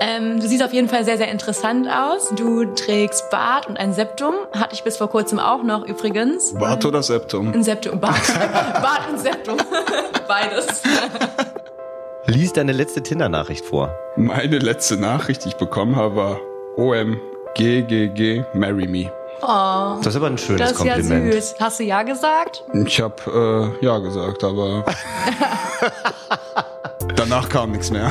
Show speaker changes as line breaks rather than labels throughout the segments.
Ähm, du siehst auf jeden Fall sehr, sehr interessant aus. Du trägst Bart und ein Septum. Hatte ich bis vor kurzem auch noch übrigens.
Bart oder Septum?
Ein Septum. Bart, Bart und Septum. Beides.
Lies deine letzte Tinder-Nachricht vor.
Meine letzte Nachricht, die ich bekommen habe, war OMGGG, marry me.
Oh,
Das ist aber ein schönes
das ist ja
Kompliment.
süß. Hast du Ja gesagt?
Ich habe äh, ja gesagt, aber danach kam nichts mehr.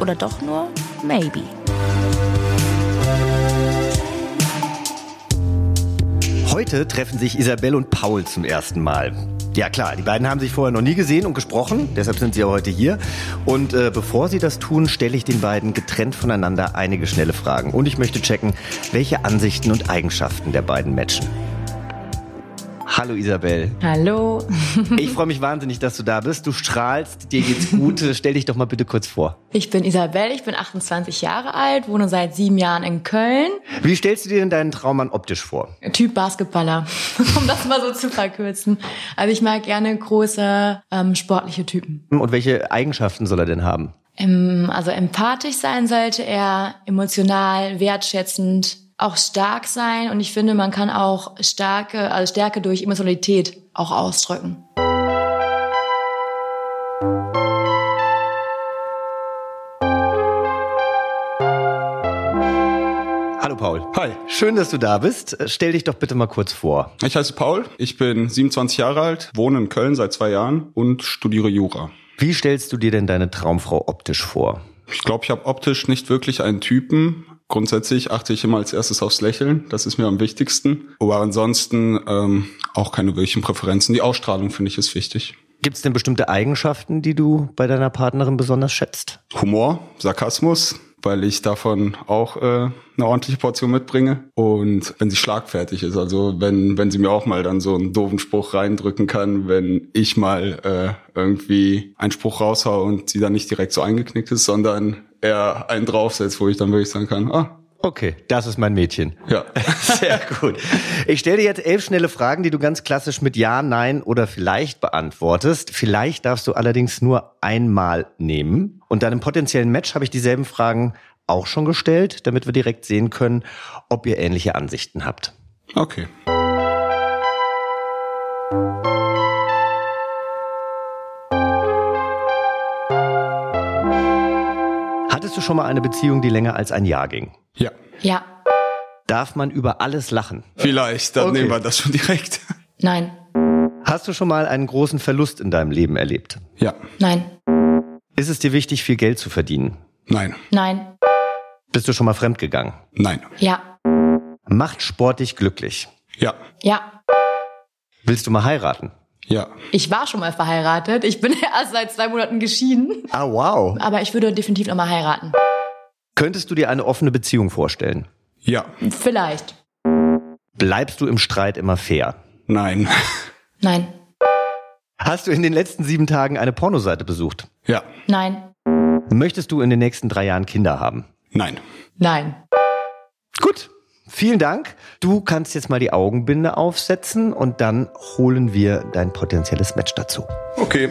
Oder doch nur maybe.
Heute treffen sich Isabel und Paul zum ersten Mal. Ja klar, die beiden haben sich vorher noch nie gesehen und gesprochen, deshalb sind sie ja heute hier. Und äh, bevor sie das tun, stelle ich den beiden getrennt voneinander einige schnelle Fragen. Und ich möchte checken, welche Ansichten und Eigenschaften der beiden matchen. Hallo Isabel.
Hallo.
Ich freue mich wahnsinnig, dass du da bist. Du strahlst, dir geht's gut. Stell dich doch mal bitte kurz vor.
Ich bin Isabel, ich bin 28 Jahre alt, wohne seit sieben Jahren in Köln.
Wie stellst du dir denn deinen Traummann optisch vor?
Typ Basketballer, um das mal so zu verkürzen. Also ich mag gerne große, ähm, sportliche Typen.
Und welche Eigenschaften soll er denn haben?
Ähm, also empathisch sein sollte er, emotional, wertschätzend, auch stark sein. Und ich finde, man kann auch starke, also Stärke durch Emotionalität auch ausdrücken.
Hallo Paul.
Hi.
Schön, dass du da bist. Äh, Stell dich doch bitte mal kurz vor.
Ich heiße Paul, ich bin 27 Jahre alt, wohne in Köln seit zwei Jahren und studiere Jura.
Wie stellst du dir denn deine Traumfrau optisch vor?
Ich glaube, ich habe optisch nicht wirklich einen Typen. Grundsätzlich achte ich immer als erstes aufs Lächeln, das ist mir am wichtigsten. Aber ansonsten ähm, auch keine wirklichen Präferenzen. Die Ausstrahlung finde ich ist wichtig.
Gibt es denn bestimmte Eigenschaften, die du bei deiner Partnerin besonders schätzt?
Humor, Sarkasmus, weil ich davon auch äh, eine ordentliche Portion mitbringe. Und wenn sie schlagfertig ist, also wenn, wenn sie mir auch mal dann so einen doofen Spruch reindrücken kann, wenn ich mal äh, irgendwie einen Spruch raushau und sie dann nicht direkt so eingeknickt ist, sondern eher einen draufsetzt, wo ich dann wirklich sagen kann, ah,
Okay, das ist mein Mädchen.
ja.
Sehr gut. Ich stelle dir jetzt elf schnelle Fragen, die du ganz klassisch mit Ja, Nein oder vielleicht beantwortest. Vielleicht darfst du allerdings nur einmal nehmen. Und deinem potenziellen Match habe ich dieselben Fragen auch schon gestellt, damit wir direkt sehen können, ob ihr ähnliche Ansichten habt.
Okay.
Hattest du schon mal eine Beziehung, die länger als ein Jahr ging?
Ja.
Ja,
Darf man über alles lachen?
Vielleicht, dann
Okay.
nehmen wir das schon direkt.
nein,
Hast du schon mal einen großen Verlust in deinem Leben erlebt?
Ja.
nein,
Ist es dir wichtig, viel Geld zu verdienen?
Nein.
nein,
Bist du schon mal fremdgegangen?
Nein.
ja,
Macht Sport dich glücklich?
Ja.
ja.
Willst du mal heiraten?
Ja.
Ich war schon mal verheiratet, ich bin erst seit zwei Monaten geschieden,
Ah, wow.
aber ich würde definitiv nochmal heiraten.
Könntest du dir eine offene Beziehung vorstellen?
Ja.
Vielleicht.
Bleibst du im Streit immer fair?
Nein.
Nein,
Hast du in den letzten sieben Tagen eine Pornoseite besucht?
Ja.
nein,
Möchtest du in den nächsten drei Jahren Kinder haben?
Nein.
nein.
Gut. Vielen Dank. Du kannst jetzt mal die Augenbinde aufsetzen und dann holen wir dein potenzielles Match dazu.
Okay.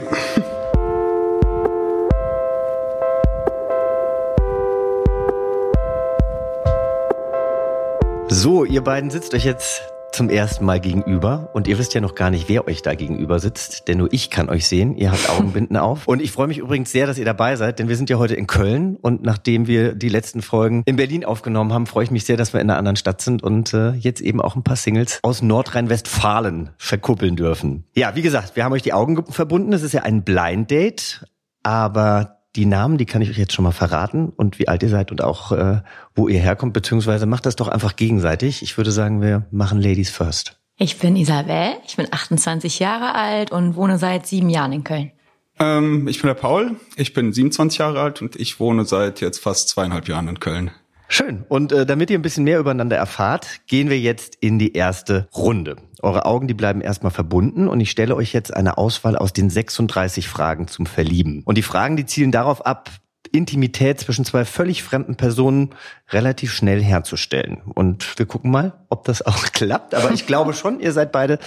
So, ihr beiden sitzt euch jetzt zum ersten Mal gegenüber und ihr wisst ja noch gar nicht, wer euch da gegenüber sitzt, denn nur ich kann euch sehen. Ihr habt Augenbinden auf. Und ich freue mich übrigens sehr, dass ihr dabei seid, denn wir sind ja heute in Köln und nachdem wir die letzten Folgen in Berlin aufgenommen haben, freue ich mich sehr, dass wir in einer anderen Stadt sind und äh, jetzt eben auch ein paar Singles aus Nordrhein-Westfalen verkuppeln dürfen. Ja, wie gesagt, wir haben euch die Augen verbunden. Es ist ja ein Blind Date, aber die Namen, die kann ich euch jetzt schon mal verraten und wie alt ihr seid und auch äh, wo ihr herkommt, beziehungsweise macht das doch einfach gegenseitig. Ich würde sagen, wir machen Ladies first.
Ich bin Isabel, ich bin 28 Jahre alt und wohne seit sieben Jahren in Köln.
Ähm, ich bin der Paul, ich bin 27 Jahre alt und ich wohne seit jetzt fast zweieinhalb Jahren in Köln.
Schön. Und äh, damit ihr ein bisschen mehr übereinander erfahrt, gehen wir jetzt in die erste Runde. Eure Augen, die bleiben erstmal verbunden und ich stelle euch jetzt eine Auswahl aus den 36 Fragen zum Verlieben. Und die Fragen, die zielen darauf ab, Intimität zwischen zwei völlig fremden Personen relativ schnell herzustellen. Und wir gucken mal, ob das auch klappt. Aber ich glaube schon, ihr seid beide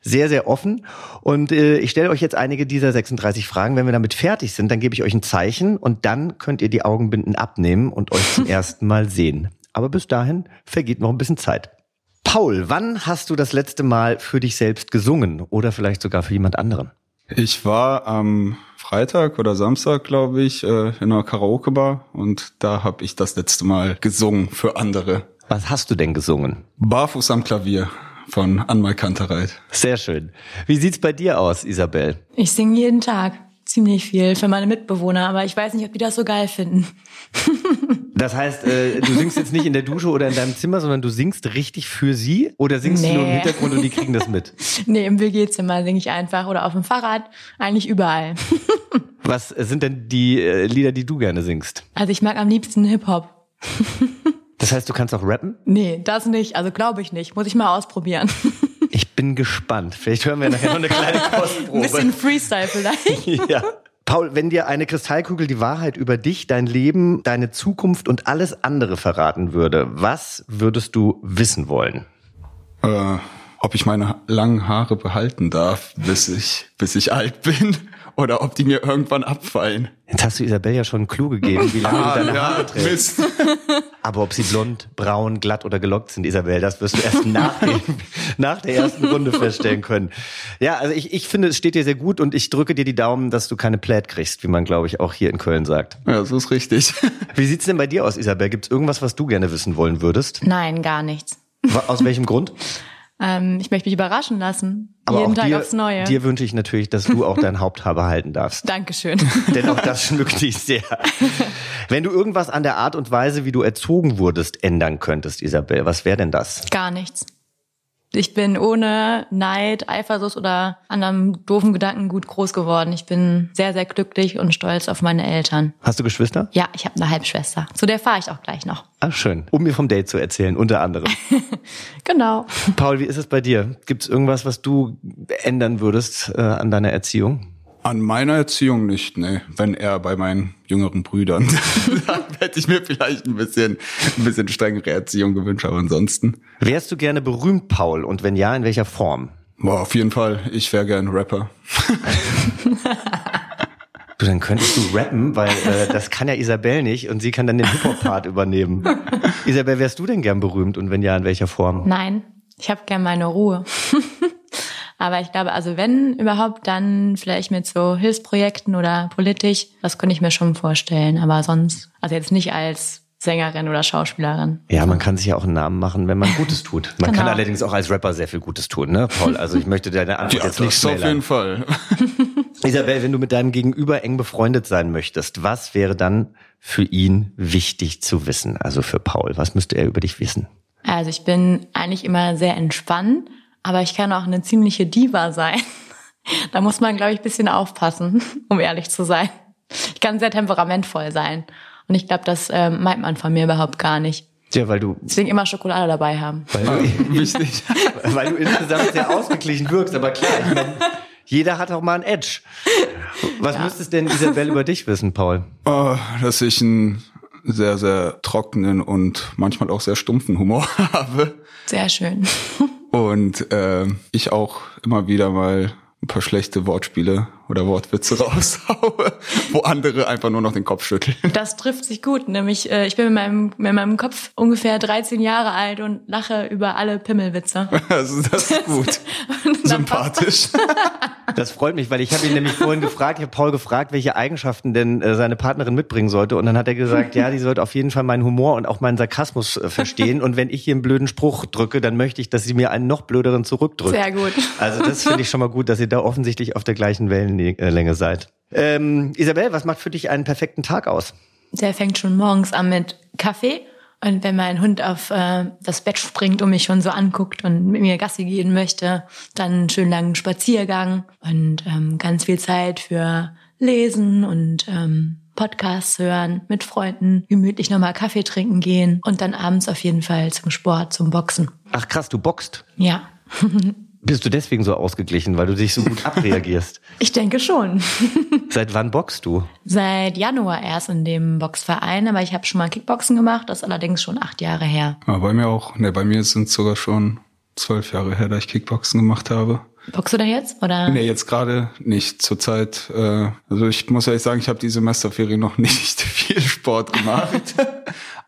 sehr, sehr offen. Und äh, ich stelle euch jetzt einige dieser 36 Fragen. Wenn wir damit fertig sind, dann gebe ich euch ein Zeichen und dann könnt ihr die Augenbinden abnehmen und euch zum ersten Mal sehen. Aber bis dahin vergeht noch ein bisschen Zeit. Paul, wann hast du das letzte Mal für dich selbst gesungen oder vielleicht sogar für jemand anderen?
Ich war am Freitag oder Samstag, glaube ich, äh, in einer Karaoke-Bar und da habe ich das letzte Mal gesungen für andere.
Was hast du denn gesungen?
Barfuß am Klavier von Anmal Kantereit.
Sehr schön. Wie sieht's bei dir aus, Isabel?
Ich singe jeden Tag ziemlich viel für meine Mitbewohner, aber ich weiß nicht, ob die das so geil finden.
Das heißt, äh, du singst jetzt nicht in der Dusche oder in deinem Zimmer, sondern du singst richtig für sie oder singst du nur im
Nee.
Hintergrund und die kriegen das mit?
Nee, im WG-Zimmer singe ich einfach oder auf dem Fahrrad, eigentlich überall.
Was sind denn die äh, Lieder, die du gerne singst?
Also ich mag am liebsten Hip-Hop.
Das heißt, du kannst auch rappen?
Nee, das nicht, also glaube ich nicht. Muss ich mal ausprobieren.
Ich bin gespannt. Vielleicht hören wir nachher noch eine kleine
Ein bisschen
Kostprobe.
Freestyle vielleicht.
ja. Paul, wenn dir eine Kristallkugel die Wahrheit über dich, dein Leben, deine Zukunft und alles andere verraten würde, was würdest du wissen wollen?
Äh, ob ich meine langen Haare behalten darf, bis ich, bis ich alt bin oder ob die mir irgendwann abfallen.
Jetzt hast du Isabel ja schon einen Clou gegeben, wie lange du deine Haare trägst.
Mist.
Aber ob sie blond, braun, glatt oder gelockt sind, Isabel, das wirst du erst nach, dem, nach der ersten Runde feststellen können. Ja, also ich, ich finde, es steht dir sehr gut und ich drücke dir die Daumen, dass du keine Plaid kriegst, wie man, glaube ich, auch hier in Köln sagt.
Ja, das ist richtig.
Wie sieht's denn bei dir aus, Isabel? Gibt's irgendwas, was du gerne wissen wollen würdest?
Nein, gar nichts.
Wa- Aus welchem Grund?
Ähm, ich möchte mich überraschen lassen. jeden
auch
Tag
dir,
aufs Neue.
dir wünsche ich natürlich, dass du auch dein Haupthaar behalten darfst.
Dankeschön.
Denn auch das schmückt dich sehr. Wenn du irgendwas an der Art und Weise, wie du erzogen wurdest, ändern könntest, Isabel, was wäre denn das?
Gar nichts. Ich bin ohne Neid, Eifersucht oder anderem doofen Gedanken gut groß geworden. Ich bin sehr, sehr glücklich und stolz auf meine Eltern.
Hast du Geschwister?
Ja, ich habe eine Halbschwester. Zu der fahre ich auch gleich noch.
Ach schön. Um mir vom Date zu erzählen, unter anderem.
Genau.
Paul, wie ist es bei dir? Gibt es irgendwas, was du ändern würdest äh, an deiner Erziehung?
An meiner Erziehung nicht, ne. Wenn eher bei meinen jüngeren Brüdern, dann hätte ich mir vielleicht ein bisschen, ein bisschen strengere Erziehung gewünscht, aber ansonsten.
Wärst du gerne berühmt, Paul? Und wenn ja, in welcher Form?
Boah, auf jeden Fall, ich wäre gern Rapper.
Du, dann könntest du rappen, weil äh, das kann ja Isabel nicht und sie kann dann den Hip-Hop-Part übernehmen. Isabel, wärst du denn gern berühmt und wenn ja, in welcher Form?
Nein, ich habe gern meine Ruhe. Aber ich glaube, also wenn überhaupt, dann vielleicht mit so Hilfsprojekten oder politisch. Das könnte ich mir schon vorstellen. Aber sonst, also jetzt nicht als Sängerin oder Schauspielerin.
Ja, man kann sich ja auch einen Namen machen, wenn man Gutes tut. Man kann
Genau.
allerdings auch als Rapper sehr viel Gutes tun, ne, Paul? Also ich möchte deine Antwort
Ja,
jetzt
nicht
nicht
so auf
schmälern.
jeden Fall.
Isabel, wenn du mit deinem Gegenüber eng befreundet sein möchtest, was wäre dann für ihn wichtig zu wissen? Also für Paul, was müsste er über dich wissen?
Also ich bin eigentlich immer sehr entspannt, aber ich kann auch eine ziemliche Diva sein. Da muss man, glaube ich, ein bisschen aufpassen, um ehrlich zu sein. Ich kann sehr temperamentvoll sein. Und ich glaube, das ähm, meint man von mir überhaupt gar nicht.
Ja, weil du,
Deswegen immer Schokolade dabei haben.
Wichtig.
weil du insgesamt sehr ausgeglichen wirkst, aber klar, ich mein, jeder hat auch mal einen Edge. Was müsstest denn Isabel über dich wissen, Paul?
Oh, dass ich einen sehr, sehr trockenen und manchmal auch sehr stumpfen Humor habe.
Sehr schön.
Und äh, ich auch immer wieder mal ein paar schlechte Wortspiele oder Wortwitze raushaue, wo andere einfach nur noch den Kopf schütteln.
Das trifft sich gut, nämlich äh, ich bin mit meinem, mit meinem Kopf ungefähr 13 Jahre alt und lache über alle Pimmelwitze.
Also das ist gut. Sympathisch.
Das freut mich, weil ich habe ihn nämlich vorhin gefragt, ich habe Paul gefragt, welche Eigenschaften denn äh, seine Partnerin mitbringen sollte. Und dann hat er gesagt, ja, die sollte auf jeden Fall meinen Humor und auch meinen Sarkasmus äh, verstehen. Und wenn ich hier einen blöden Spruch drücke, dann möchte ich, dass sie mir einen noch blöderen zurückdrückt.
Sehr gut.
Also das finde ich schon mal gut, dass ihr da offensichtlich auf der gleichen Wellenlänge seid. Ähm, Isabel, was macht für dich einen perfekten Tag aus?
Der fängt schon morgens an mit Kaffee und wenn mein Hund auf äh, das Bett springt und mich schon so anguckt und mit mir Gassi gehen möchte, dann einen schönen langen Spaziergang und ähm, ganz viel Zeit für Lesen und ähm, Podcasts hören, mit Freunden gemütlich nochmal Kaffee trinken gehen und dann abends auf jeden Fall zum Sport, zum Boxen.
Ach krass, du boxt.
Ja,
Bist du deswegen so ausgeglichen, weil du dich so gut abreagierst?
ich denke schon.
Seit wann boxt du?
Seit Januar erst in dem Boxverein, aber ich habe schon mal Kickboxen gemacht, das ist allerdings schon acht Jahre her.
Aber bei mir auch. Ne, bei mir sind es sogar schon zwölf Jahre her, da ich Kickboxen gemacht habe.
Boxst du da jetzt? Oder?
Nee, jetzt gerade nicht. Zurzeit, äh, also ich muss ehrlich sagen, ich habe die Semesterferien noch nicht viel Sport gemacht.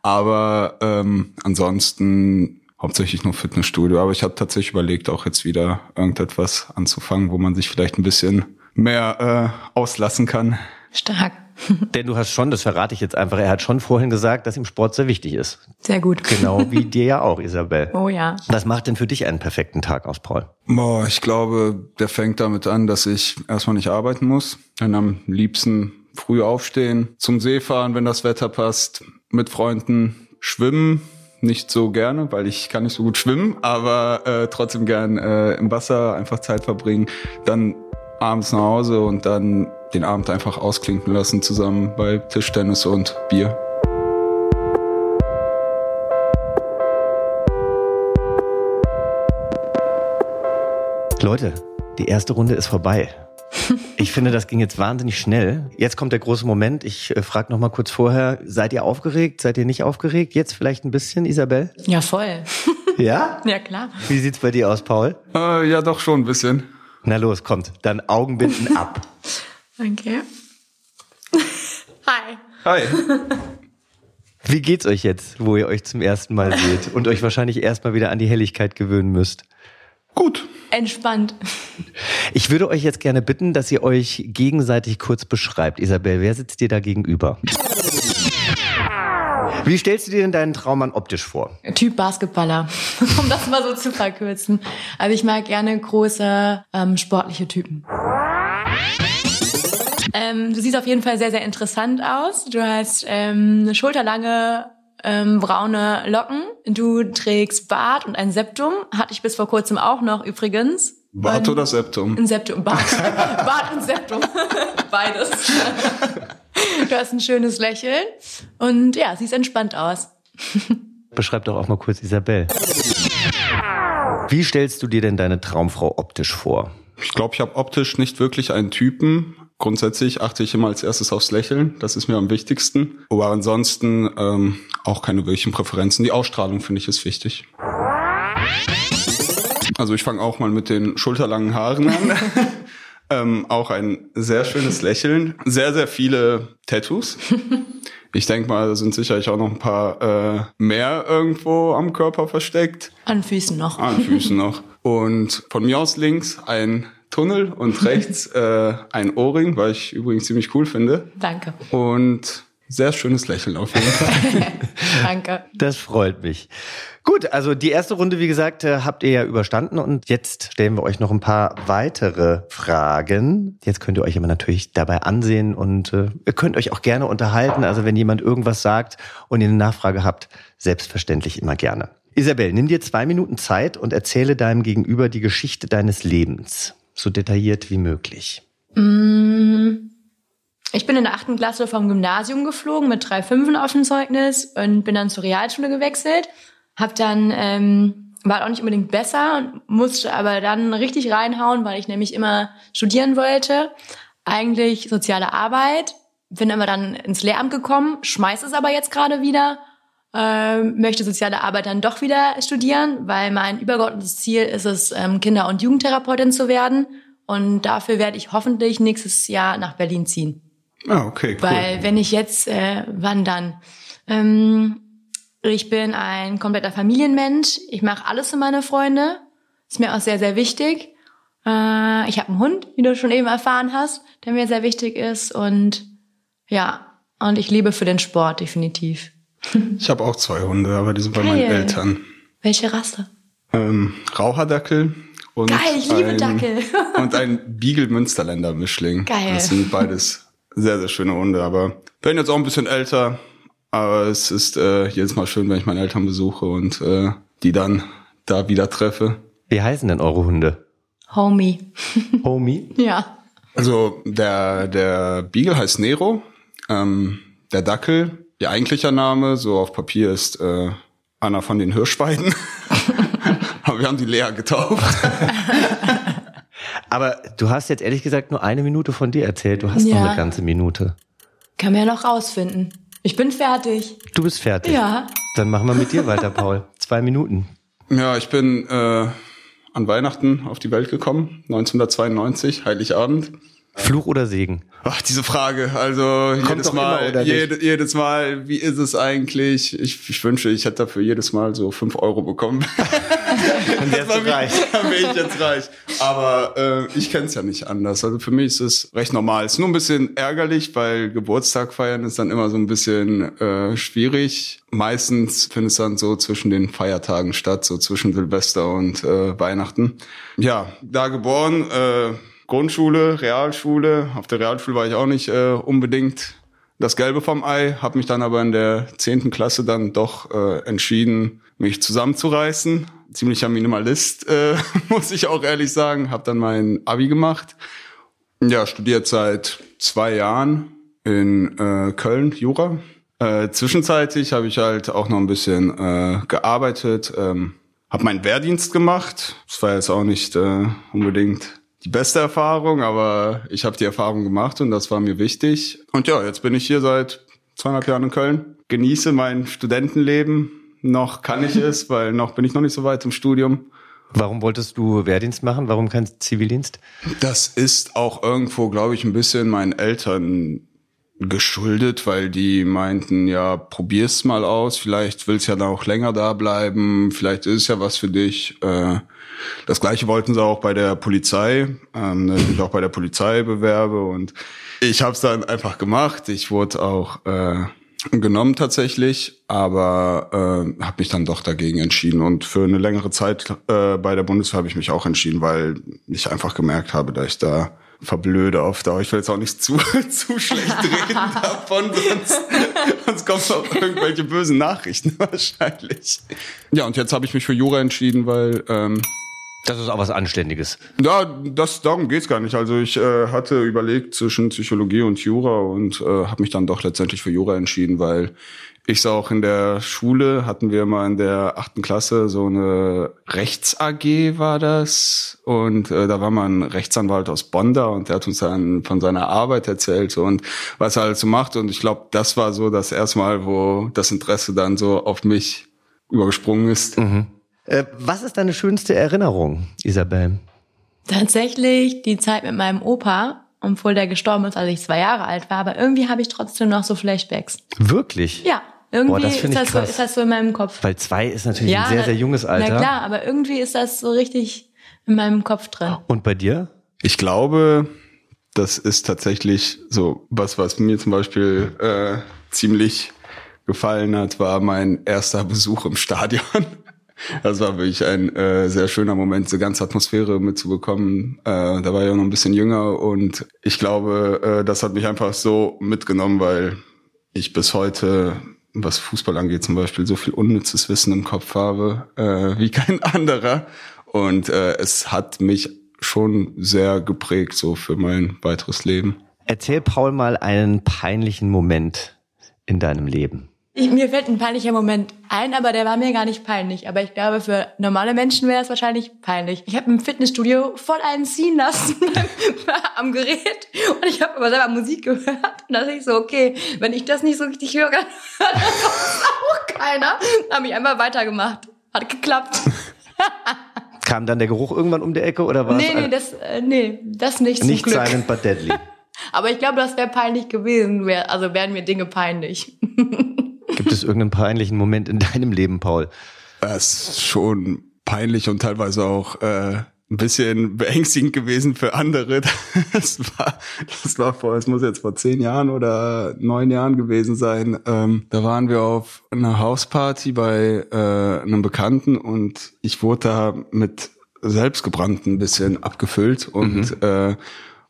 Aber ähm, ansonsten hauptsächlich nur Fitnessstudio. Aber ich habe tatsächlich überlegt, auch jetzt wieder irgendetwas anzufangen, wo man sich vielleicht ein bisschen mehr äh, auslassen kann.
Stark.
Denn du hast schon, das verrate ich jetzt einfach, er hat schon vorhin gesagt, dass ihm Sport sehr wichtig ist.
Sehr gut.
Genau wie dir ja auch, Isabel.
Oh ja.
Was macht denn für dich einen perfekten Tag aus, Paul?
Boah, ich glaube, der fängt damit an, dass ich erstmal nicht arbeiten muss. Dann am liebsten früh aufstehen, zum See fahren, wenn das Wetter passt, mit Freunden schwimmen. Nicht so gerne, weil ich kann nicht so gut schwimmen, aber äh, trotzdem gern äh, im Wasser einfach Zeit verbringen. Dann abends nach Hause und dann den Abend einfach ausklinken lassen zusammen bei Tischtennis und Bier.
Leute, die erste Runde ist vorbei. Ich finde, das ging jetzt wahnsinnig schnell. Jetzt kommt der große Moment. Ich äh, frage noch mal kurz vorher, seid ihr aufgeregt? Seid ihr nicht aufgeregt? Jetzt vielleicht ein bisschen, Isabel?
Ja, voll.
Ja?
Ja, klar.
Wie sieht's bei dir aus, Paul?
Äh, ja, doch schon ein bisschen.
Na los, kommt. Dann Augenbinden ab.
Danke. Hi.
Hi.
Wie geht's euch jetzt, wo ihr euch zum ersten Mal seht und euch wahrscheinlich erstmal wieder an die Helligkeit gewöhnen müsst?
Gut.
Entspannt.
Ich würde euch jetzt gerne bitten, dass ihr euch gegenseitig kurz beschreibt. Isabel, wer sitzt dir da gegenüber? Wie stellst du dir denn deinen Traummann optisch vor?
Typ Basketballer, um das mal so zu verkürzen. Also ich mag gerne große, ähm, sportliche Typen. Ähm, du siehst auf jeden Fall sehr, sehr interessant aus. Du hast ähm, schulterlange ähm, braune Locken. Du trägst Bart und ein Septum. Hatte ich bis vor kurzem auch noch übrigens.
Bart
Und-
oder Septum?
Ein Septum, Bart. Bart und Septum. Beides. Du hast ein schönes Lächeln und ja, siehst entspannt aus.
Beschreib doch auch mal kurz Isabel. Wie stellst du dir denn deine Traumfrau optisch vor?
Ich glaube, ich habe optisch nicht wirklich einen Typen. Grundsätzlich achte ich immer als erstes aufs Lächeln. Das ist mir am wichtigsten. Aber ansonsten ähm, auch keine wirklichen Präferenzen. Die Ausstrahlung finde ich ist wichtig. Also ich fange auch mal mit den schulterlangen Haaren an. ähm, auch ein sehr schönes Lächeln. Sehr, sehr viele Tattoos. Ich denke mal, da sind sicherlich auch noch ein paar äh, mehr irgendwo am Körper versteckt.
An Füßen noch.
Ah, an Füßen noch. Und von mir aus links ein Tunnel und rechts äh, ein Ohrring, weil ich übrigens ziemlich cool finde.
Danke,
Und sehr schönes Lächeln auf jeden Fall.
danke.
Das freut mich. Gut, also die erste Runde, wie gesagt, äh, habt ihr ja überstanden und jetzt stellen wir euch noch ein paar weitere Fragen. Jetzt könnt ihr euch aber natürlich dabei ansehen und äh, ihr könnt euch auch gerne unterhalten. Also wenn jemand irgendwas sagt und ihr eine Nachfrage habt, selbstverständlich immer gerne. Isabel, nimm dir zwei Minuten Zeit und erzähle deinem Gegenüber die Geschichte deines Lebens. So detailliert wie möglich.
Ich bin in der achten Klasse vom Gymnasium geflogen mit drei Fünfen auf dem Zeugnis und bin dann zur Realschule gewechselt. Hab dann, ähm, war halt auch nicht unbedingt besser, und musste aber dann richtig reinhauen, weil ich nämlich immer studieren wollte. Eigentlich soziale Arbeit, bin aber dann ins Lehramt gekommen, schmeiß es aber jetzt gerade wieder ähm, möchte soziale Arbeit dann doch wieder studieren, weil mein übergeordnetes Ziel ist es, ähm, Kinder- und Jugendtherapeutin zu werden. Und dafür werde ich hoffentlich nächstes Jahr nach Berlin ziehen.
Ah, okay, cool.
Weil wenn ich jetzt äh, wandern. Ähm, ich bin ein kompletter Familienmensch. Ich mache alles für meine Freunde. Ist mir auch sehr, sehr wichtig. Äh, ich habe einen Hund, wie du schon eben erfahren hast, der mir sehr wichtig ist. Und ja, und ich lebe für den Sport, definitiv.
Ich habe auch zwei Hunde, aber die sind bei meinen
Geil.
Eltern.
Welche Rasse?
Ähm, Raucherdackel und
Geil, ich liebe
ein,
Dackel.
und ein Beagle-Münsterländer-Mischling.
Geil.
Das sind beides sehr, sehr schöne Hunde, aber werden jetzt auch ein bisschen älter. Aber es ist äh, jedes Mal schön, wenn ich meine Eltern besuche und äh, die dann da wieder treffe.
Wie heißen denn eure Hunde?
Homie.
Homie?
Ja.
Also der, der Beagle heißt Nero Ähm, der Dackel, ihr eigentlicher Name, so auf Papier ist äh, Anna von den Hirschweiden. Aber wir haben die Lea getauft.
Aber du hast jetzt ehrlich gesagt nur eine Minute von dir erzählt. Du hast
Ja.
noch eine ganze Minute.
Kann man ja noch rausfinden. Ich bin fertig.
Du bist fertig.
Ja.
Dann machen wir mit dir weiter, Paul. Zwei Minuten.
ja, ich bin äh, an Weihnachten auf die Welt gekommen, 1992, Heiligabend.
Fluch oder Segen?
Ach, diese Frage. Also jedes
doch immer, oder
Mal,
nicht?
jede, jedes Mal, wie ist es eigentlich? Ich, ich wünsche, ich hätte dafür jedes Mal so fünf Euro bekommen.
Dann wärst du reich.
Dann bin ich jetzt reich. Aber äh, ich kenne es ja nicht anders. Also für mich ist es recht normal. Ist nur ein bisschen ärgerlich, weil Geburtstag feiern ist dann immer so ein bisschen äh, schwierig. Meistens findet es dann so zwischen den Feiertagen statt, so zwischen Silvester und äh, Weihnachten. Ja, da geboren, äh, Grundschule, Realschule. Auf der Realschule war ich auch nicht äh, unbedingt das Gelbe vom Ei, habe mich dann aber in der zehnten Klasse dann doch äh, entschieden, mich zusammenzureißen. Ziemlicher Minimalist, äh, muss ich auch ehrlich sagen. Habe dann mein Abi gemacht. Ja, studiert seit zwei Jahren in äh, Köln, Jura. Äh, zwischenzeitlich habe ich halt auch noch ein bisschen äh, gearbeitet, ähm, habe meinen Wehrdienst gemacht. Das war jetzt auch nicht äh, unbedingt die beste Erfahrung, aber ich habe die Erfahrung gemacht und das war mir wichtig. Und ja, jetzt bin ich hier seit zweieinhalb Jahren in Köln, genieße mein Studentenleben. Noch kann ich es, weil noch bin ich noch nicht so weit im Studium.
Warum wolltest du Wehrdienst machen? Warum kein Zivildienst?
Das ist auch irgendwo, glaube ich, ein bisschen meinen Eltern geschuldet, weil die meinten, ja, probier's mal aus, vielleicht willst ja dann auch länger da bleiben, vielleicht ist es ja was für dich. Äh, Das gleiche wollten sie auch bei der Polizei, ähm, dass ich mich auch bei der Polizei bewerbe und ich habe es dann einfach gemacht. Ich wurde auch äh, genommen tatsächlich, aber äh, habe mich dann doch dagegen entschieden und für eine längere Zeit äh, bei der Bundeswehr habe ich mich auch entschieden, weil ich einfach gemerkt habe, dass ich da verblöde auf Dauer. Ich will jetzt auch nicht zu, zu schlecht reden davon, sonst, sonst kommen auch irgendwelche bösen Nachrichten wahrscheinlich. Ja, und jetzt habe ich mich für Jura entschieden, weil ähm,
Das ist auch was Anständiges.
ja, das, darum geht's gar nicht. Also ich äh, hatte überlegt zwischen Psychologie und Jura und äh, habe mich dann doch letztendlich für Jura entschieden, weil ich sah auch in der Schule, hatten wir mal in der achten Klasse so eine Rechts-AG war das und äh, da war mal ein Rechtsanwalt aus Bonn da und der hat uns dann von seiner Arbeit erzählt und was er halt so macht und ich glaube, das war so das erste Mal, wo das Interesse dann so auf mich übergesprungen ist.
Äh, was ist deine schönste Erinnerung, Isabel?
Tatsächlich die Zeit mit meinem Opa, obwohl der gestorben ist, als ich zwei Jahre alt war, aber irgendwie habe ich trotzdem noch so Flashbacks.
Wirklich?
Ja, irgendwie
Boah, das
ist,
finde ich
das so,
krass.
ist das so in meinem Kopf.
Weil zwei ist natürlich
ja,
ein sehr,
na-
sehr junges Alter.
Na klar, aber irgendwie ist das so richtig in meinem Kopf drin.
Und bei dir?
Ich glaube, das ist tatsächlich so was, was mir zum Beispiel äh, ziemlich gefallen hat, war mein erster Besuch im Stadion. Das war wirklich ein äh, sehr schöner Moment, diese ganze Atmosphäre mitzubekommen. Äh, da war ich auch noch ein bisschen jünger und ich glaube, äh, das hat mich einfach so mitgenommen, weil ich bis heute, was Fußball angeht zum Beispiel, so viel unnützes Wissen im Kopf habe äh, wie kein anderer. Und äh, es hat mich schon sehr geprägt, so für mein weiteres Leben.
Erzähl Paul mal einen peinlichen Moment in deinem Leben.
Ich, mir fällt ein peinlicher Moment ein, aber der war mir gar nicht peinlich. Aber ich glaube, für normale Menschen wäre es wahrscheinlich peinlich. Ich habe im Fitnessstudio voll einen ziehen lassen am Gerät und ich habe aber selber Musik gehört. Und da dachte ich so, okay, wenn ich das nicht so richtig höre, dann hört das auch keiner. Hab ich einfach weitergemacht. Hat geklappt.
Kam dann der Geruch irgendwann um die Ecke oder war
Nee,
es
nee,
ein-
das, äh, nee, das nicht zum
nicht
Glück.
Silent but Deadly?
Aber ich glaube, das wäre peinlich gewesen. Wär, also wären mir Dinge peinlich.
Gibt es irgendeinen peinlichen Moment in deinem Leben, Paul?
Das Äh, ist schon peinlich und teilweise auch äh, ein bisschen beängstigend gewesen für andere. Das war, das war vor, es muss jetzt vor zehn Jahren oder neun Jahren gewesen sein. Ähm, da waren wir auf einer Hausparty bei äh, einem Bekannten und ich wurde da mit selbstgebrannten ein bisschen abgefüllt und äh,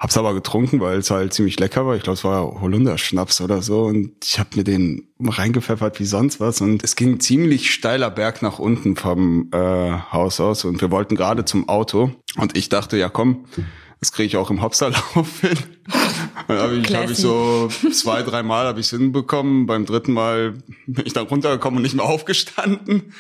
Hab's aber getrunken, weil es halt ziemlich lecker war. Ich glaube, es war Holunderschnaps oder so. Und ich habe mir den reingepfeffert wie sonst was. Und es ging ein ziemlich steiler Berg nach unten vom äh, Haus aus. Und wir wollten gerade zum Auto. Und ich dachte, ja komm, das kriege ich auch im Hopserlauf hin. Dann habe ich, hab ich
Classy.
so zwei, dreimal habe ich es hinbekommen. Beim dritten Mal bin ich dann runtergekommen und nicht mehr aufgestanden.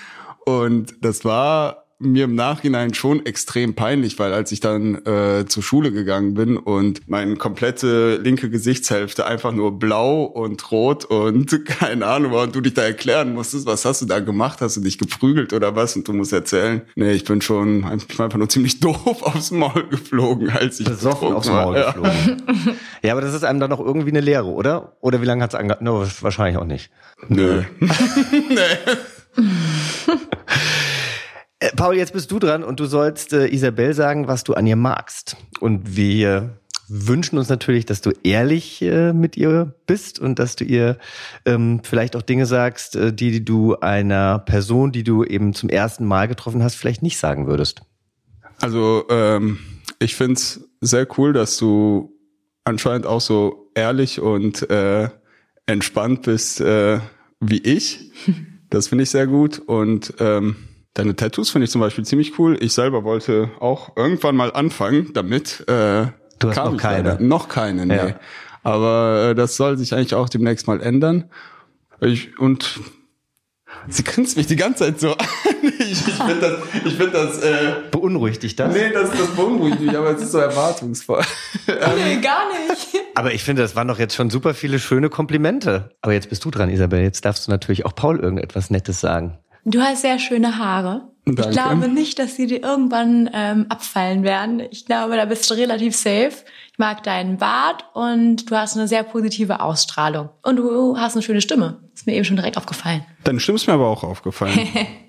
Und das war mir im Nachhinein schon extrem peinlich, weil als ich dann äh, zur Schule gegangen bin und meine komplette linke Gesichtshälfte einfach nur blau und rot und keine Ahnung war und du dich da erklären musstest, was hast du da gemacht, hast du dich geprügelt oder was und du musst erzählen, nee, ich bin schon ich bin einfach nur ziemlich doof aufs Maul geflogen, als ich
Besoffen
betrunken
aufs
war.
Maul
Ja.
geflogen. Ja, aber das ist einem dann noch irgendwie eine Lehre, oder? Oder wie lange hat's angehalten? No, wahrscheinlich auch nicht.
Nö.
Äh, Paul, jetzt bist du dran und du sollst äh, Isabel sagen, was du an ihr magst. Und wir wünschen uns natürlich, dass du ehrlich äh, mit ihr bist und dass du ihr ähm, vielleicht auch Dinge sagst, äh, die, die du einer Person, die du eben zum ersten Mal getroffen hast, vielleicht nicht sagen würdest.
Also ähm, ich find's sehr cool, dass du anscheinend auch so ehrlich und äh, entspannt bist äh, wie ich. Das finde ich sehr gut. Und ähm, deine Tattoos finde ich zum Beispiel ziemlich cool. Ich selber wollte auch irgendwann mal anfangen damit. Äh,
Du hast noch
ich
keine.
leider- Noch keine, nee.
Ja.
Aber äh, das soll sich eigentlich auch demnächst mal ändern. Ich, und sie grinst mich die ganze Zeit so an. Ich, ich finde das, ich find das äh,
Beunruhigt dich das?
Nee, das, das beunruhigt mich, aber es ist so erwartungsvoll.
Nee, gar nicht.
Aber ich finde, das waren doch jetzt schon super viele schöne Komplimente. Aber jetzt bist du dran, Isabel. Jetzt darfst du natürlich auch Paul irgendetwas Nettes sagen.
Du hast sehr schöne Haare.
Danke.
Ich glaube nicht, dass sie dir irgendwann ähm, abfallen werden. Ich glaube, da bist du relativ safe. Ich mag deinen Bart und du hast eine sehr positive Ausstrahlung. Und du hast eine schöne Stimme. Ist mir eben schon direkt aufgefallen.
Deine Stimme ist mir aber auch aufgefallen.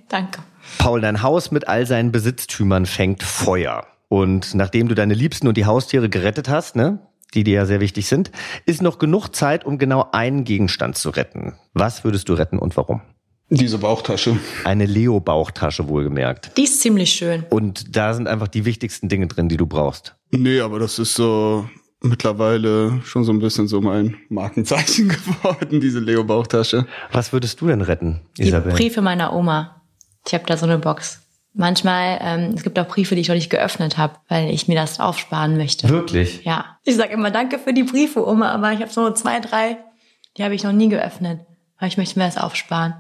Danke.
Paul, dein Haus mit all seinen Besitztümern fängt Feuer. Und nachdem du deine Liebsten und die Haustiere gerettet hast, ne, die dir ja sehr wichtig sind, ist noch genug Zeit, um genau einen Gegenstand zu retten. Was würdest du retten und warum?
Diese Bauchtasche.
Eine Leo-Bauchtasche wohlgemerkt.
Die ist ziemlich schön.
Und da sind einfach die wichtigsten Dinge drin, die du brauchst.
Nee, aber das ist so mittlerweile schon so ein bisschen so mein Markenzeichen geworden, diese Leo-Bauchtasche.
Was würdest du denn retten,
Die
Isabel?
Briefe meiner Oma. Ich habe da so eine Box. Manchmal, ähm, es gibt auch Briefe, die ich noch nicht geöffnet habe, weil ich mir das aufsparen möchte.
Wirklich?
Ja. Ich sage immer Danke für die Briefe, Oma, aber ich habe so zwei, drei, die habe ich noch nie geöffnet, weil ich möchte mir das aufsparen.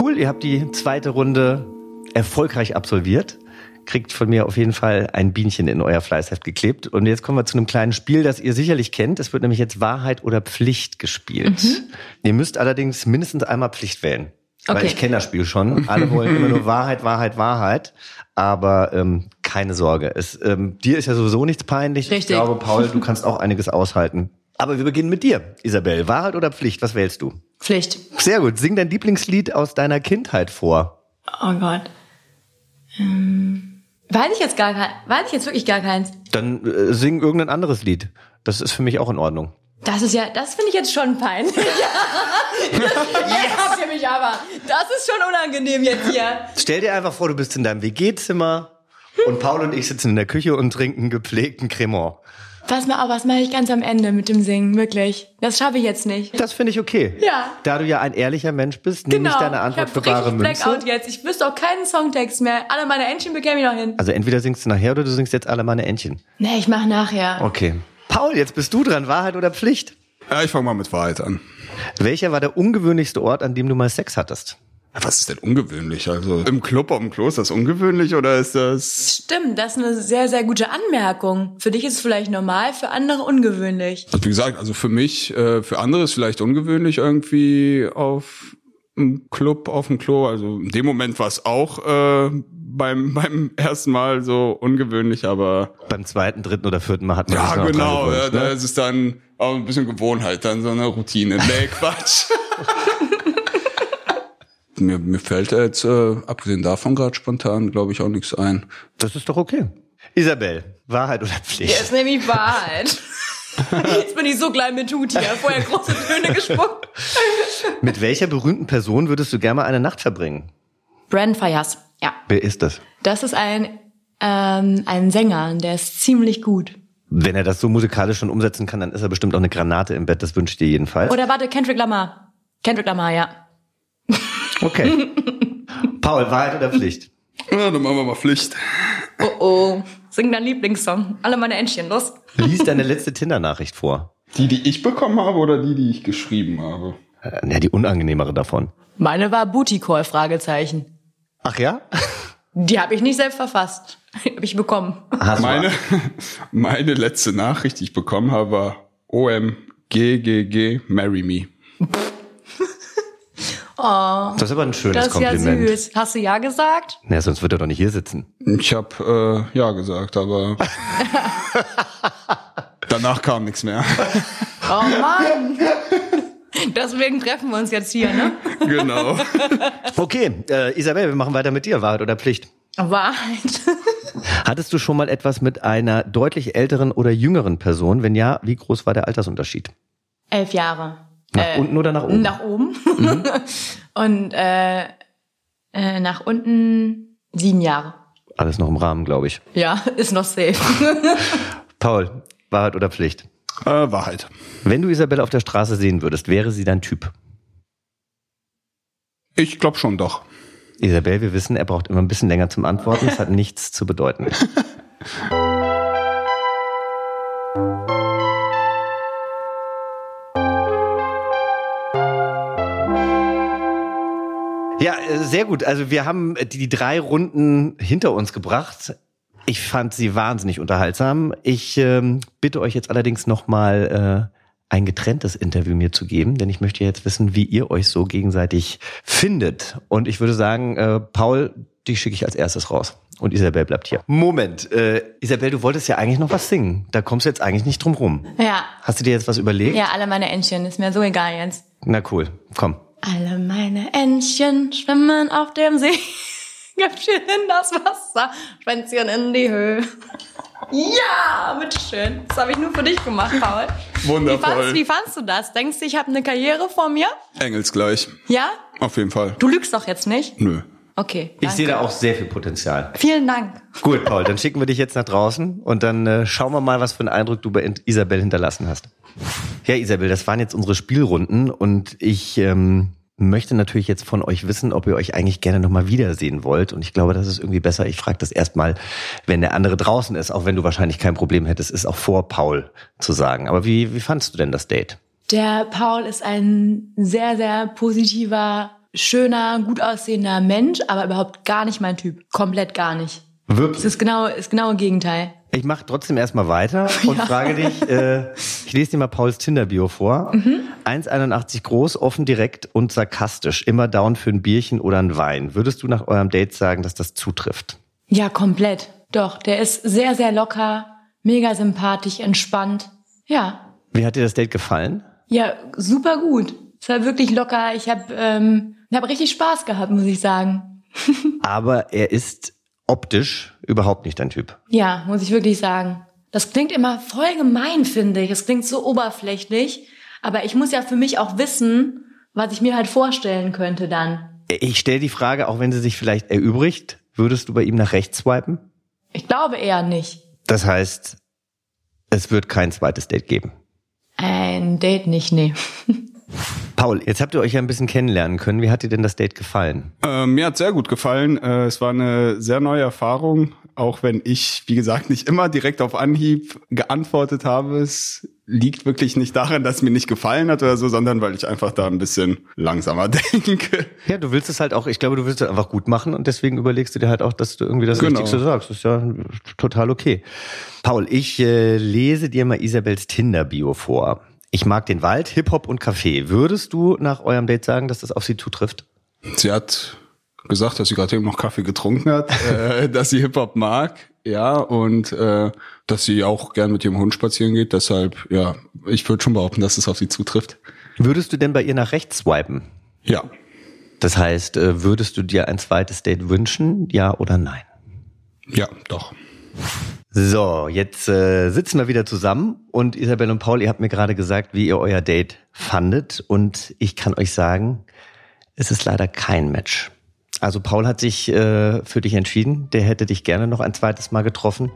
Cool, ihr habt die zweite Runde erfolgreich absolviert. Kriegt von mir auf jeden Fall ein Bienchen in euer Fleißheft geklebt. Und jetzt kommen wir zu einem kleinen Spiel, das ihr sicherlich kennt. Es wird nämlich jetzt Wahrheit oder Pflicht gespielt. Ihr müsst allerdings mindestens einmal Pflicht wählen. Weil
Mhm. Okay.
ich kenne das Spiel schon. Alle wollen immer nur Wahrheit, Wahrheit, Wahrheit. Aber ähm, keine Sorge. Es, ähm, dir ist ja sowieso nichts peinlich. Ich
Richtig.
glaube, Paul, du kannst auch einiges aushalten. Aber wir beginnen mit dir, Isabel. Wahrheit oder Pflicht? Was wählst du?
Pflicht.
Sehr gut. Sing dein Lieblingslied aus deiner Kindheit vor.
Oh Gott. Ähm, weiß ich jetzt gar kein, weiß ich jetzt wirklich gar keins.
Dann äh, sing irgendein anderes Lied. Das ist für mich auch in Ordnung.
Das ist ja, das finde ich jetzt schon peinlich. Jetzt habt ihr mich aber. Das ist schon unangenehm jetzt hier.
Stell dir einfach vor, du bist in deinem WG-Zimmer und Paul und ich sitzen in der Küche und trinken gepflegten Cremant.
Pass mal auf, was mache ich ganz am Ende mit dem Singen, wirklich. Das schaffe ich jetzt nicht.
Das finde ich okay.
Ja.
Da du ja ein ehrlicher Mensch bist, nehme ich deine Antwort
Genau. ich
für
hab
bare
richtig Blackout
Münze.
jetzt. Ich wüsste auch keinen Songtext mehr. Alle meine Entchen bekäme ich noch hin.
Also entweder singst du nachher oder du singst jetzt alle meine Entchen.
Nee, ich mache nachher.
Okay. Paul, jetzt bist du dran. Wahrheit oder Pflicht?
Ja, ich fange mal mit Wahrheit an.
Welcher war der ungewöhnlichste Ort, an dem du mal Sex hattest?
Was ist denn ungewöhnlich? Also im Club auf dem Klo ist das ungewöhnlich oder ist das?
Stimmt, das ist eine sehr, sehr gute Anmerkung. Für dich ist es vielleicht normal, für andere ungewöhnlich.
Also wie gesagt, also für mich, äh, für andere ist vielleicht ungewöhnlich irgendwie auf im Club auf dem Klo. Also in dem Moment war es auch äh, beim beim ersten Mal so ungewöhnlich, aber
Beim zweiten, dritten oder vierten Mal hat man
Ja,
sich noch dran
genau.
gewöhnt,
Ja,
ne?
da ist es dann auch ein bisschen Gewohnheit, dann so eine Routine. Nee, Quatsch. mir, mir fällt jetzt, äh, abgesehen davon gerade spontan, glaube ich, auch nichts ein.
Das ist doch okay. Isabel, Wahrheit oder Pflicht?
Jetzt nehme ich Wahrheit. Jetzt bin ich so klein mit Hut hier. Vorher große Töne gespuckt.
Mit welcher berühmten Person würdest du gerne mal eine Nacht verbringen?
Brand Fires, ja.
Wer ist das?
Das ist ein, ähm, ein Sänger, der ist ziemlich gut.
Wenn er das so musikalisch schon umsetzen kann, dann ist er bestimmt auch eine Granate im Bett. Das wünsche ich dir jedenfalls.
Oder warte, Kendrick Lamar. Kendrick Lamar, ja.
Okay. Paul, Wahrheit oder Pflicht?
Ja, dann machen wir mal Pflicht.
Oh oh. Sing deinen Lieblingssong. Alle meine Entchen, los.
Lies deine letzte Tinder-Nachricht vor.
Die, die ich bekommen habe oder die, die ich geschrieben habe?
Äh, Ja, die unangenehmere davon.
Meine war Booty Call, Fragezeichen.
Ach ja?
Die habe ich nicht selbst verfasst. habe ich bekommen.
Hast du-
Meine, meine letzte Nachricht, die ich bekommen habe, war OMGGG, marry me.
Das ist aber ein schönes
Das ist ja
Kompliment.
süß. Hast du ja gesagt?
Na, sonst wird er doch nicht hier sitzen.
Ich habe äh, ja gesagt, aber danach kam nichts mehr.
Oh Mann. Deswegen treffen wir uns jetzt hier, ne?
genau.
Okay, äh, Isabel, wir machen weiter mit dir, Wahrheit oder Pflicht.
Wahrheit.
Hattest du schon mal etwas mit einer deutlich älteren oder jüngeren Person? Wenn ja, wie groß war der Altersunterschied?
Elf Jahre.
Nach unten oder nach oben?
Nach oben. Und äh, äh, nach unten sieben Jahre.
Alles noch im Rahmen, glaube ich.
Ja, ist noch safe.
Paul, Wahrheit oder Pflicht?
Äh, Wahrheit.
Wenn du Isabel auf der Straße sehen würdest, wäre sie dein Typ?
Ich glaube schon doch.
Isabel, wir wissen, er braucht immer ein bisschen länger zum Antworten. Es hat nichts zu bedeuten. Ja, äh, sehr gut. Also wir haben äh, die die drei Runden hinter uns gebracht. Ich fand sie wahnsinnig unterhaltsam. Ich ähm, bitte euch jetzt allerdings nochmal äh, ein getrenntes Interview mir zu geben, denn ich möchte jetzt wissen, wie ihr euch so gegenseitig findet. Und ich würde sagen, äh, Paul, dich schicke ich als erstes raus. Und Isabel bleibt hier. Moment, äh, Isabel, du wolltest ja eigentlich noch was singen. Da kommst du jetzt eigentlich nicht drum rum.
ja.
Hast du dir jetzt was überlegt?
Ja, alle meine Entchen. Ist mir so egal jetzt.
Na cool, komm.
Alle meine Entchen schwimmen auf dem See. Köpfchen in das Wasser, Schwänzchen in die Höhe. Ja, bitteschön. Das habe ich nur für dich gemacht, Paul. Wie fandst, wie
Wundervoll.
fandst du das? Denkst du, ich habe eine Karriere vor mir?
Engelsgleich.
Ja?
Auf jeden Fall.
Du lügst doch jetzt nicht?
Nö.
Okay.
Ich
danke.
sehe da auch sehr viel Potenzial.
Vielen Dank.
Gut, Paul, dann schicken wir dich jetzt nach draußen und dann äh, schauen wir mal, was für einen Eindruck du bei In- Isabel hinterlassen hast. Ja, Isabel, das waren jetzt unsere Spielrunden und ich ähm, möchte natürlich jetzt von euch wissen, ob ihr euch eigentlich gerne nochmal wiedersehen wollt. Und ich glaube, das ist irgendwie besser. Ich frage das erstmal, wenn der andere draußen ist, auch wenn du wahrscheinlich kein Problem hättest, ist auch vor Paul zu sagen. Aber wie, wie fandst du denn das Date?
Der Paul ist ein sehr, sehr positiver, schöner, gut aussehender Mensch, aber überhaupt gar nicht mein Typ. Komplett gar nicht. Es
Wirklich?
ist genau, ist genau das Gegenteil.
Ich mache trotzdem erstmal weiter und frage dich, äh, ich lese dir mal Pauls Tinder-Bio vor. 1,81 groß, offen, direkt und sarkastisch. Immer down für ein Bierchen oder ein Wein. Würdest du nach eurem Date sagen, dass das zutrifft?
Ja, komplett. Doch, der ist sehr, sehr locker, mega sympathisch, entspannt. Ja,
Wie hat dir das Date gefallen?
ja, super gut. Es war wirklich locker. Ich habe ähm, ich hab richtig Spaß gehabt, muss ich sagen.
Aber er ist optisch überhaupt nicht dein Typ.
Ja, muss ich wirklich sagen. Das klingt immer voll gemein, finde ich. Es klingt so oberflächlich. Aber ich muss ja für mich auch wissen, was ich mir halt vorstellen könnte dann.
Ich stelle die Frage, auch wenn sie sich vielleicht erübrigt, würdest du bei ihm nach rechts swipen?
Ich glaube eher nicht.
Das heißt, es wird kein zweites Date geben.
Ein Date nicht, nee.
Paul, jetzt habt ihr euch ja ein bisschen kennenlernen können. Wie hat dir denn das Date gefallen?
Äh, mir hat sehr gut gefallen. Äh, es war eine sehr neue Erfahrung, auch wenn ich, wie gesagt, nicht immer direkt auf Anhieb geantwortet habe. Es liegt wirklich nicht daran, dass mir nicht gefallen hat oder so, sondern weil ich einfach da ein bisschen langsamer denke.
Ja, du willst es halt auch, ich glaube, du willst es einfach gut machen und deswegen überlegst du dir halt auch, dass du irgendwie das
Genau.
Richtigste sagst. Ist ja total okay. Paul, ich äh, lese dir mal Isabels Tinder-Bio vor. Ich mag den Wald, Hip-Hop und Kaffee. Würdest du nach eurem Date sagen, dass das auf sie zutrifft?
Sie hat gesagt, dass sie gerade eben noch Kaffee getrunken hat, äh, dass sie Hip-Hop mag, ja, und äh, dass sie auch gern mit ihrem Hund spazieren geht. Deshalb, ja, ich würde schon behaupten, dass es auf sie zutrifft.
Würdest du denn bei ihr nach rechts swipen?
Ja,
Das heißt, äh, würdest du dir ein zweites Date wünschen? Ja oder nein?
ja, doch.
So, jetzt äh, sitzen wir wieder zusammen und Isabel und Paul, ihr habt mir gerade gesagt, wie ihr euer Date fandet und ich kann euch sagen, es ist leider kein Match. Also Paul hat sich äh, für dich entschieden, der hätte dich gerne noch ein zweites Mal getroffen.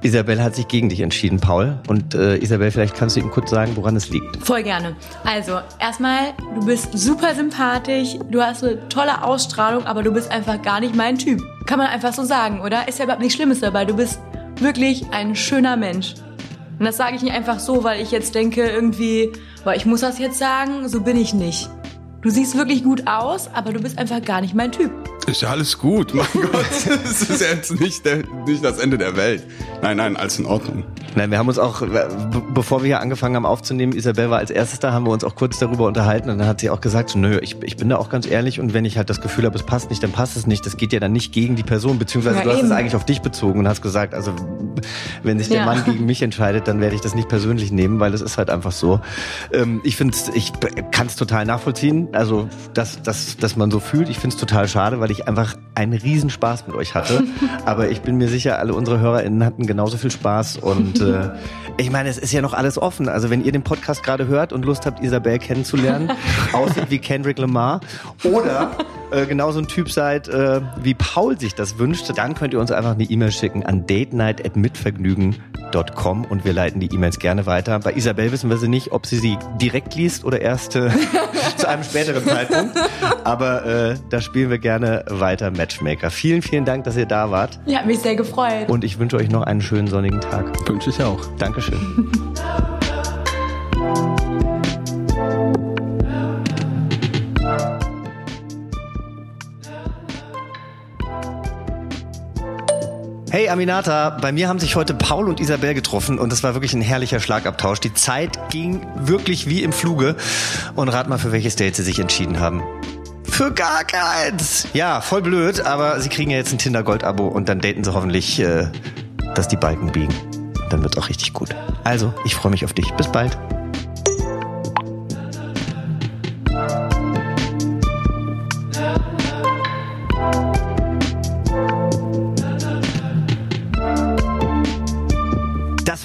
Isabel hat sich gegen dich entschieden, Paul. Und äh, Isabel, vielleicht kannst du ihm kurz sagen, woran es liegt.
Voll gerne. Also, erstmal, du bist super sympathisch, du hast eine tolle Ausstrahlung, aber du bist einfach gar nicht mein Typ. Kann man einfach so sagen, oder? Ist ja überhaupt nichts Schlimmes dabei. Du bist wirklich ein schöner Mensch. Und das sage ich nicht einfach so, weil ich jetzt denke, irgendwie, weil ich muss das jetzt sagen, so bin ich nicht. Du siehst wirklich gut aus, aber du bist einfach gar nicht mein Typ.
Ist ja alles gut, mein Gott. Es ist ja jetzt nicht, der, nicht das Ende der Welt. Nein, nein, alles in Ordnung.
Nein, wir haben uns auch, äh, be- bevor wir hier angefangen haben aufzunehmen, Isabel war als erstes da, haben wir uns auch kurz darüber unterhalten und dann hat sie auch gesagt, so, nö, ich, ich bin da auch ganz ehrlich und wenn ich halt das Gefühl habe, es passt nicht, dann passt es nicht. Das geht ja dann nicht gegen die Person, beziehungsweise
Ja,
du hast es
eben.
eigentlich auf dich bezogen und hast gesagt, also wenn sich der
Ja.
Mann gegen mich entscheidet, dann werde ich das nicht persönlich nehmen, weil das ist halt einfach so. Ähm, ich finde ich kann es total nachvollziehen, also dass, dass, dass man so fühlt. Ich finde es total schade, weil ich einfach einen riesen Spaß mit euch hatte. Aber ich bin mir sicher, alle unsere HörerInnen hatten genauso viel Spaß. Und äh, ich meine, es ist ja noch alles offen. Also wenn ihr den Podcast gerade hört und Lust habt, Isabel kennenzulernen, aussieht wie Kendrick Lamar oder äh, genau so ein Typ seid, äh, wie Paul sich das wünscht, dann könnt ihr uns einfach eine E-Mail schicken an datenight.mitvergnügen.com und wir leiten die E-Mails gerne weiter. Bei Isabel wissen wir sie nicht, ob sie sie direkt liest oder erst äh, zu einem späteren Zeitpunkt. Aber äh, da spielen wir gerne weiter Matchmaker. Vielen, vielen Dank, dass ihr da wart
Ich habe mich sehr gefreut.
und ich wünsche euch noch einen schönen sonnigen Tag.
Wünsche ich auch.
Dankeschön. Hey Aminata, bei mir haben sich heute Paul und Isabel getroffen und das war wirklich ein herrlicher Schlagabtausch. Die Zeit ging wirklich wie im Fluge und rat mal, für welches Date sie sich entschieden haben. Für gar keins! Ja, voll blöd, aber sie kriegen ja jetzt ein Tinder-Gold-Abo und dann daten sie hoffentlich, äh, dass die Balken biegen. Dann wird's auch richtig gut. Also, ich freue mich auf dich. Bis bald. Das